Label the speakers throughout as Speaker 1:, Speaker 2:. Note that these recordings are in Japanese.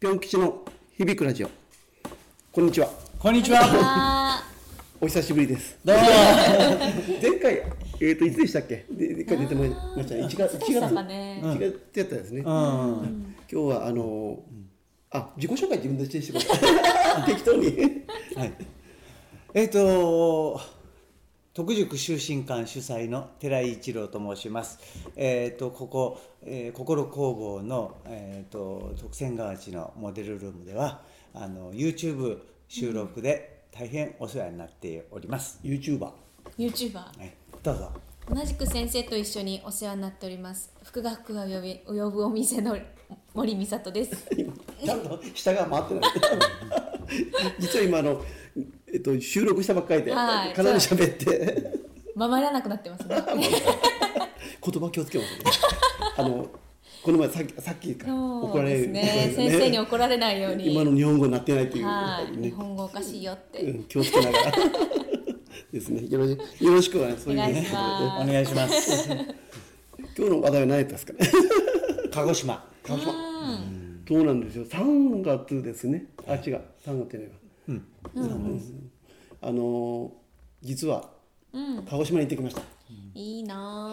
Speaker 1: ぴょん吉の響くラジオこんにちは
Speaker 2: こんにちは。
Speaker 3: あ
Speaker 1: お久しぶりです
Speaker 2: どうも。
Speaker 1: 前回えっ、といつでしたっけで一回出てもらいましたね1月
Speaker 3: いつで
Speaker 1: 1
Speaker 3: した
Speaker 1: 月
Speaker 3: かね
Speaker 1: 1月やったんですね、
Speaker 2: う
Speaker 1: 今
Speaker 2: ん。
Speaker 1: 日はあのーあ自己紹介自分でしてください適当に
Speaker 2: はい。えっ、と徳塾修身館主催の寺井一郎と申します。えっ、とここ、えー、心工房のえっ、と徳川川地のモデルルームではあの YouTube 収録で大変お世話になっております。
Speaker 1: YouTuber
Speaker 3: YouTuber
Speaker 2: はい。どうぞ。
Speaker 3: 同じく先生と一緒にお世話になっております福が福が呼び及ぶお店の森美里です
Speaker 1: 今ちゃんと下が回ってない 実は今あの、えっと、収録したばっかりで、
Speaker 3: はい
Speaker 1: かなり喋って
Speaker 3: 守らなくなってますね
Speaker 1: 言葉気をつけますねあのこの前さっきさっきから怒
Speaker 3: そう
Speaker 1: られ
Speaker 3: です
Speaker 1: る
Speaker 3: ね先生に怒られないように
Speaker 1: 今の日本語になってないという、
Speaker 3: はい、
Speaker 1: ね
Speaker 3: 日本語おかしいよっ
Speaker 1: う
Speaker 3: て
Speaker 1: ん気をつけながら ですねよろしよろしくお願いします
Speaker 3: お願いします
Speaker 2: お願いします。
Speaker 1: 今日の話題は何やったんですかね
Speaker 2: 鹿児島。
Speaker 1: 鹿児島そうなんですよ3月ですねあ違う3月じゃないわ
Speaker 2: うん。
Speaker 1: あのー実は
Speaker 3: うん
Speaker 1: 鹿児島に行ってきました
Speaker 3: いいな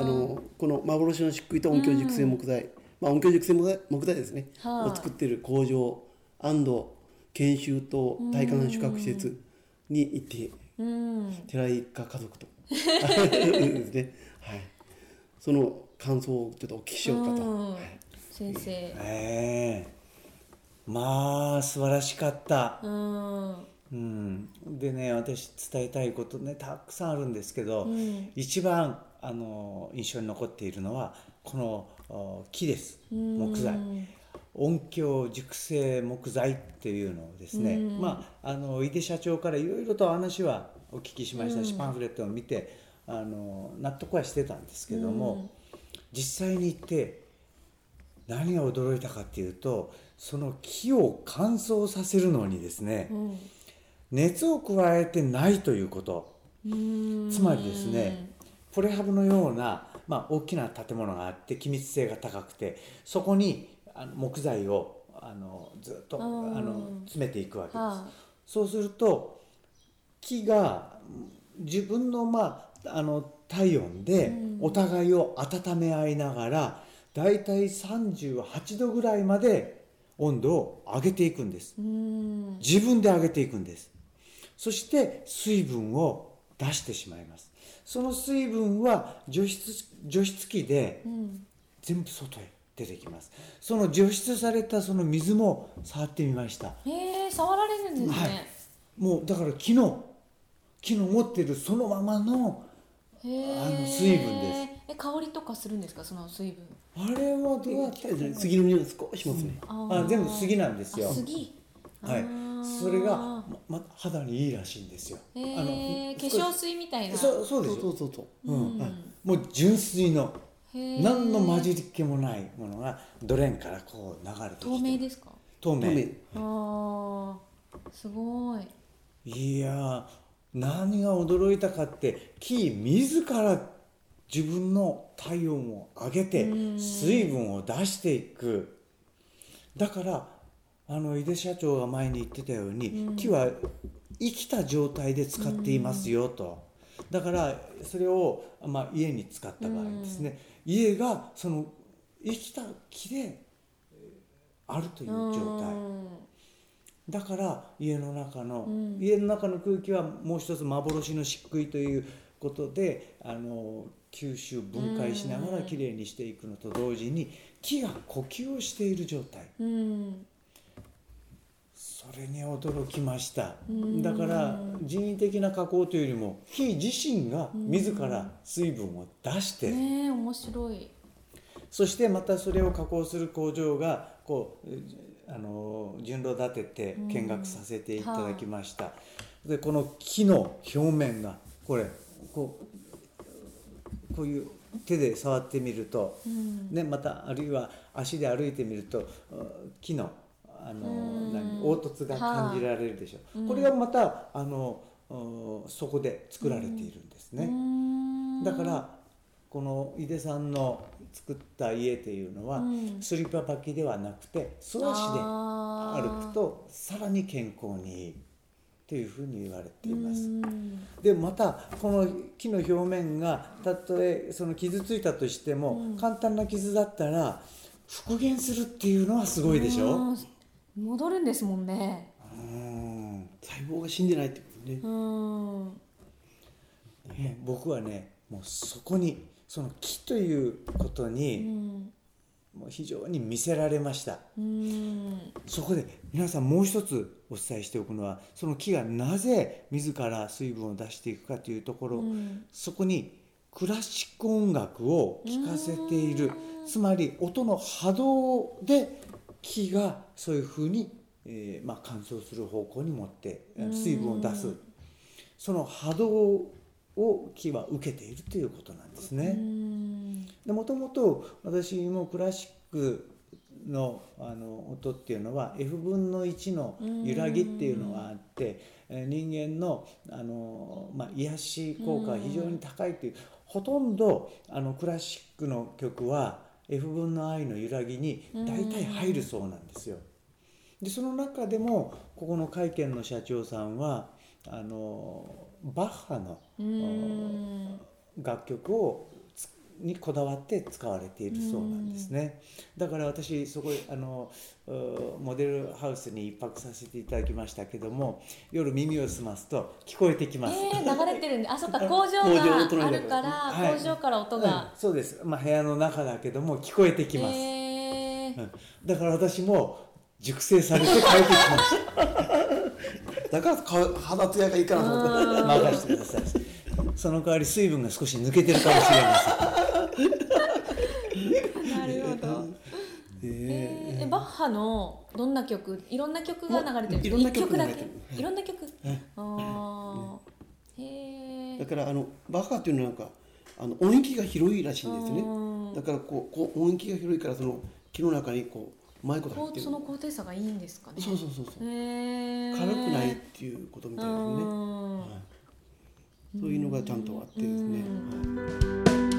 Speaker 1: あのこの幻の漆喰と音響熟成木材、まあ、音響熟成木材木材ですね、
Speaker 3: はい
Speaker 1: を作ってる工場安藤研修と体感宿泊施設に行って
Speaker 3: うん
Speaker 1: 寺井家家族と ですね、はい、その感想をちょっとお聞きしようかと、
Speaker 3: うん
Speaker 1: はい
Speaker 3: 先生
Speaker 2: ええまあ素晴らしかった。
Speaker 3: うん
Speaker 2: うん、でね私伝えたいことねたくさんあるんですけど、
Speaker 3: うん
Speaker 2: 一番あの印象に残っているのはこのお木です木材
Speaker 3: うん
Speaker 2: 音響熟成木材っていうのをですね、
Speaker 3: うん
Speaker 2: まああの井出社長からいろいろと話はお聞きしましたし、パンフレットを見てあの納得はしてたんですけども、
Speaker 3: うん
Speaker 2: 実際に行って何が驚いたかっていうとその木を乾燥させるのにですね、
Speaker 3: うん
Speaker 2: 熱を加えてないということ
Speaker 3: うん
Speaker 2: つまりですねプレハブのような、まあ、大きな建物があって気密性が高くてそこにあの木材をあのずっと
Speaker 3: あ
Speaker 2: あ
Speaker 3: ー
Speaker 2: の詰めていくわけです、
Speaker 3: は
Speaker 2: そうすると木がうん自分の,、まあ、あの体温で
Speaker 3: うん
Speaker 2: お互いを温め合いながら、だいたい38度ぐらいまで温度を上げていくんです
Speaker 3: いうん
Speaker 2: 自分で上げていくんですそして水分を出してしまいますその水分は除湿除湿機で
Speaker 3: うん
Speaker 2: 全部外へ出てきますその除湿されたその水も触ってみました
Speaker 3: へえ触られるんですね、
Speaker 2: はいもうだから木の木の持ってるそのままの
Speaker 3: へー
Speaker 2: あの水分です
Speaker 3: え香りとかするんですかその水分
Speaker 2: あれはどうやったかな
Speaker 1: 杉の匂い少しますね、
Speaker 3: あ
Speaker 2: あ全部
Speaker 3: で
Speaker 2: 杉なんですよ
Speaker 3: 杉
Speaker 2: はい
Speaker 3: あー
Speaker 2: それがまま肌にいいらしいんですよ
Speaker 3: へ
Speaker 2: あ
Speaker 3: え
Speaker 2: の
Speaker 3: 化粧水みたいな
Speaker 2: そうそうで
Speaker 1: そう
Speaker 2: す
Speaker 1: そ
Speaker 2: よ
Speaker 1: うそうそう
Speaker 2: うん
Speaker 3: うん
Speaker 2: もう純粋の
Speaker 3: へー
Speaker 2: 何の混じりっ気もないものがドレンからこう流れてきて
Speaker 3: 透明ですか
Speaker 2: 透明
Speaker 1: 透明
Speaker 3: あーすごい
Speaker 2: いやー何が驚いたかって木自ら自分の体温を上げて
Speaker 3: うん
Speaker 2: 水分を出していくだからあの井出社長が前に言ってたように、
Speaker 3: うん
Speaker 2: 木は生きた状態で使っていますよと、だからそれを、まあ、家に使った場合ですね、家がその生きた木でえーあるという状態、だから家の中の、
Speaker 3: うん
Speaker 2: 家の中の空気はもう一つ幻の漆喰ということであの吸収分解しながら
Speaker 3: うん
Speaker 2: きれいにしていくのと同時に木が呼吸をしている状態
Speaker 3: うんうん
Speaker 2: それに驚きました
Speaker 3: うん
Speaker 2: だから人為的な加工というよりも木自身が自ら水分を出して
Speaker 3: ねえ面白い
Speaker 2: そしてまたそれを加工する工場がこうえーあのー順路立てて見学させていただきました、でこの木の表面がこれこうこういう手で触ってみると、
Speaker 3: うん
Speaker 2: ね、またあるいは足で歩いてみるとうん木のあの
Speaker 3: うん
Speaker 2: ー何凹凸が感じられるでしょう、これがまたあのうんそこで作られているんですね。
Speaker 3: うーん
Speaker 2: だからこの井出さんの作った家というのは、
Speaker 3: うん
Speaker 2: スリッパ履きではなくて素足で
Speaker 3: あー
Speaker 2: 歩くとさらに健康にいいというふうに言われています。
Speaker 3: うん
Speaker 2: でまたこの木の表面がたとえその傷ついたとしても、
Speaker 3: うん
Speaker 2: 簡単な傷だったら復元するっていうのはすごいでしょ、
Speaker 3: うん戻るんですもんね
Speaker 2: うん
Speaker 1: 細胞が死んでないってことね、
Speaker 3: うん
Speaker 2: ね僕はねもうそこにその木ということ
Speaker 3: う
Speaker 2: に、
Speaker 3: ん
Speaker 2: もう非常に見せられました
Speaker 3: うん
Speaker 2: そこで皆さんもう一つお伝えしておくのはその木がなぜ自ら水分を出していくかというところ、
Speaker 3: うん
Speaker 2: そこにクラシック音楽を聴かせている
Speaker 3: うん
Speaker 2: つまり音の波動で木がそういうふうに、えーまあ、乾燥する方向に持ってえー水分を出す
Speaker 3: うん
Speaker 2: その波動を木は受けているということなんです
Speaker 3: う
Speaker 2: ね。
Speaker 3: ん
Speaker 2: でもともと私もクラシックのあの音っていうのは F 分の1の揺らぎっていうのがあってえー人間のあの、まあ、癒し効果が非常に高いっていうほとんどあのクラシックの曲は F 分の I の揺らぎに大体入るそうなんですよ。でその中でもここの会見の社長さんはあのバッハの
Speaker 3: うん
Speaker 2: 楽曲をつにこだわって使われているそうなんですね。だから私そこあのうーモデルハウスに一泊させていただきましたけども、夜耳を澄ますと聞こえてきます。
Speaker 3: えー、流れてるんであそっか工
Speaker 1: 工場の
Speaker 3: 場
Speaker 1: 隣
Speaker 3: があ
Speaker 1: だ
Speaker 3: る
Speaker 1: か
Speaker 3: からら、
Speaker 2: はい
Speaker 3: 工場から音
Speaker 2: うん
Speaker 3: が、、
Speaker 2: そうです。まあ部屋の中だけども聞こえてきます。
Speaker 3: えー
Speaker 2: うんだから私も熟成されて帰ってきました。
Speaker 1: だからか肌艶がいいかなと思って
Speaker 2: 任せてください。その代わり水分が少し抜けてるかもしれません。
Speaker 3: なるほど。えーえバッハのどんな曲いろんな曲が流れてる
Speaker 1: いろんな曲が
Speaker 3: だ
Speaker 1: 流れ
Speaker 3: け
Speaker 1: てる
Speaker 3: いろんな曲あーへ
Speaker 1: だ
Speaker 3: え
Speaker 1: からあのバッハっていうのはなんかあの音域が広いらしいんですね
Speaker 3: うん
Speaker 1: だからこうこう音域が広いからその木の中にこううまいこと入
Speaker 3: こ
Speaker 1: って
Speaker 3: う
Speaker 1: る
Speaker 3: その高低差がいいんですかね
Speaker 1: そうそうそうそう
Speaker 3: へえ
Speaker 1: 軽くないっていうことみたいですね
Speaker 3: うん
Speaker 1: はいそういうのがちゃんとあってですね
Speaker 3: う
Speaker 1: はい